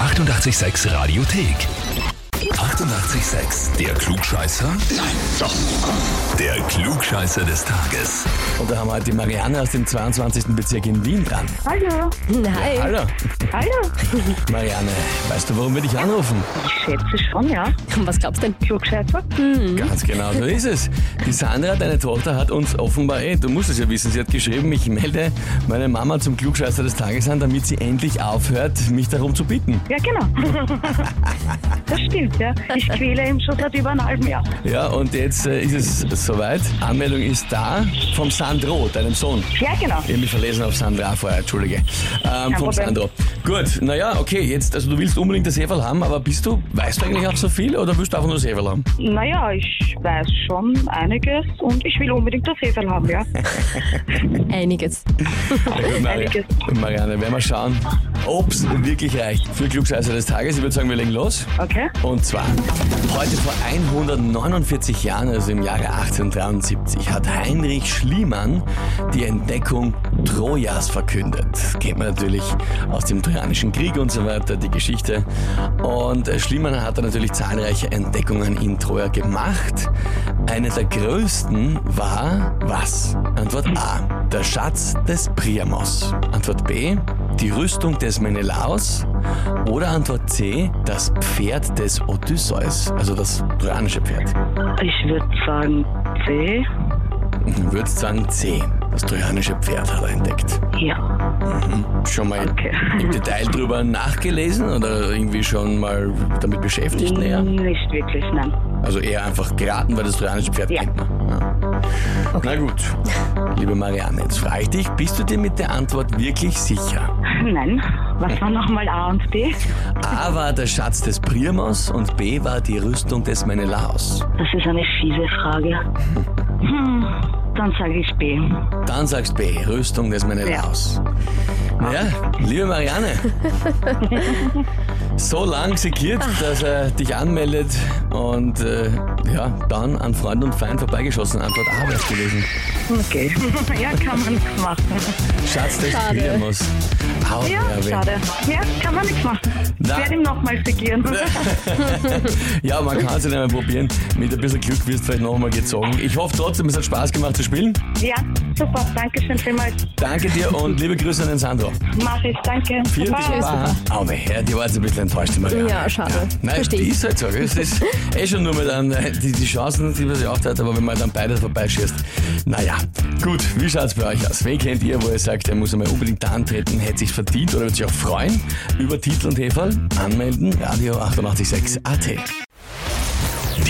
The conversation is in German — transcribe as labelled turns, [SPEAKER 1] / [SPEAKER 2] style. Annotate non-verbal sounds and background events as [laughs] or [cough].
[SPEAKER 1] 886 Radiothek. 88,6. Der Klugscheißer? Nein, doch. Der Klugscheißer des Tages.
[SPEAKER 2] Und da haben wir halt die Marianne aus dem 22. Bezirk in Wien dran.
[SPEAKER 3] Hallo.
[SPEAKER 4] Nein.
[SPEAKER 2] Hallo.
[SPEAKER 3] Hallo.
[SPEAKER 2] [laughs] Marianne, weißt du, warum wir dich anrufen?
[SPEAKER 3] Ich schätze schon, ja.
[SPEAKER 4] Was glaubst denn?
[SPEAKER 3] Klugscheißer.
[SPEAKER 2] Ganz genau, so ist es. Die Sandra, deine Tochter, hat uns offenbar, eh, du musst es ja wissen, sie hat geschrieben, ich melde meine Mama zum Klugscheißer des Tages an, damit sie endlich aufhört, mich darum zu bitten.
[SPEAKER 3] Ja,
[SPEAKER 4] [laughs]
[SPEAKER 3] genau. Das stimmt, ja. Ich quäle ihn schon seit über einem halben Jahr.
[SPEAKER 2] Ja, und jetzt äh, ist es soweit. Anmeldung ist da vom Sandro, deinem Sohn.
[SPEAKER 3] Ja, genau.
[SPEAKER 2] Ich habe mich verlesen auf Sandra vorher, entschuldige. Ähm, vom
[SPEAKER 3] Problem.
[SPEAKER 2] Sandro. Gut, naja, okay, jetzt, also du willst unbedingt das Heferl haben, aber bist du, weißt du eigentlich auch so viel oder willst du einfach nur das Heferl haben?
[SPEAKER 3] Naja, ich weiß schon einiges und ich will unbedingt das Heferl haben, ja.
[SPEAKER 4] Einiges.
[SPEAKER 2] Gut, Maria-
[SPEAKER 3] Einiges.
[SPEAKER 2] Marianne, werden wir schauen, ob es wirklich reicht für Klugscheißer des Tages. Ich würde sagen, wir legen los.
[SPEAKER 3] Okay.
[SPEAKER 2] Und zwar, heute vor 149 Jahren, also im Jahre 1873, hat Heinrich Schliemann die Entdeckung Trojas verkündet. Kennt man natürlich aus dem Trojanischen Krieg und so weiter, die Geschichte. Und äh, Schliemann hat da natürlich zahlreiche Entdeckungen in Troja gemacht. Eine der größten war was? Antwort A. Der Schatz des Priamos. Antwort B. Die Rüstung des Menelaos. Oder Antwort C, das Pferd des Odysseus, also das trojanische Pferd.
[SPEAKER 3] Ich würde sagen C.
[SPEAKER 2] Ich würde sagen C, das trojanische Pferd hat er entdeckt.
[SPEAKER 3] Ja.
[SPEAKER 2] Schon mal
[SPEAKER 3] Okay.
[SPEAKER 2] im Detail drüber nachgelesen oder irgendwie schon mal damit beschäftigt näher?
[SPEAKER 3] Nicht wirklich, nein.
[SPEAKER 2] Also eher einfach geraten, weil das trojanische Pferd
[SPEAKER 3] Ja.
[SPEAKER 2] kennt man. Ja. Na gut, liebe Marianne, jetzt frage ich dich, bist du dir mit der Antwort wirklich sicher?
[SPEAKER 3] Nein. Was war nochmal A und B?
[SPEAKER 2] A war der Schatz des Priamos und B war die Rüstung des Menelaos.
[SPEAKER 3] Das ist eine fiese Frage. Hm, dann sage ich B.
[SPEAKER 2] Dann sagst B, Rüstung des Menelaos. Ja, liebe Marianne, so lang sekiert, dass er dich anmeldet und äh, ja, dann an Freund und Feind vorbeigeschossen. Antwort A wär's gewesen.
[SPEAKER 3] Okay. [laughs] Ja, kann man nichts machen.
[SPEAKER 2] Schatz des
[SPEAKER 4] Schade.
[SPEAKER 2] Priamos. Haut
[SPEAKER 3] Ja,
[SPEAKER 2] er weg.
[SPEAKER 3] schade. Ja, kann man nichts machen. Ich
[SPEAKER 2] Na.
[SPEAKER 3] werde ihm nochmal segieren.
[SPEAKER 2] Ja, man kann es ja mal probieren. Mit ein bisschen Glück wirst du vielleicht nochmal gezogen. Ich hoffe trotzdem, es hat Spaß gemacht zu spielen.
[SPEAKER 3] Ja, super. Dankeschön vielmals.
[SPEAKER 2] Danke dir und liebe Grüße an den Sandro.
[SPEAKER 3] Mach ich. Danke.
[SPEAKER 2] Vier
[SPEAKER 3] Baba.
[SPEAKER 2] bis Oh, ja, die war jetzt ein bisschen enttäuscht. die Marianne.
[SPEAKER 4] Ja, schade.
[SPEAKER 2] Nein,
[SPEAKER 4] Versteh
[SPEAKER 2] die
[SPEAKER 4] ich.
[SPEAKER 2] ist halt so. Es ist eh schon nur mit einem, die, die Chancen, die man sich aufteilt, aber wenn man dann beide vorbeischießt. Naja, gut, wie schaut's bei euch aus? Wen kennt ihr, wo ihr sagt, er muss einmal unbedingt da antreten, hätte sich verdient oder würde sich auch freuen? Über Titel und Heferl anmelden, Radio 886 AT.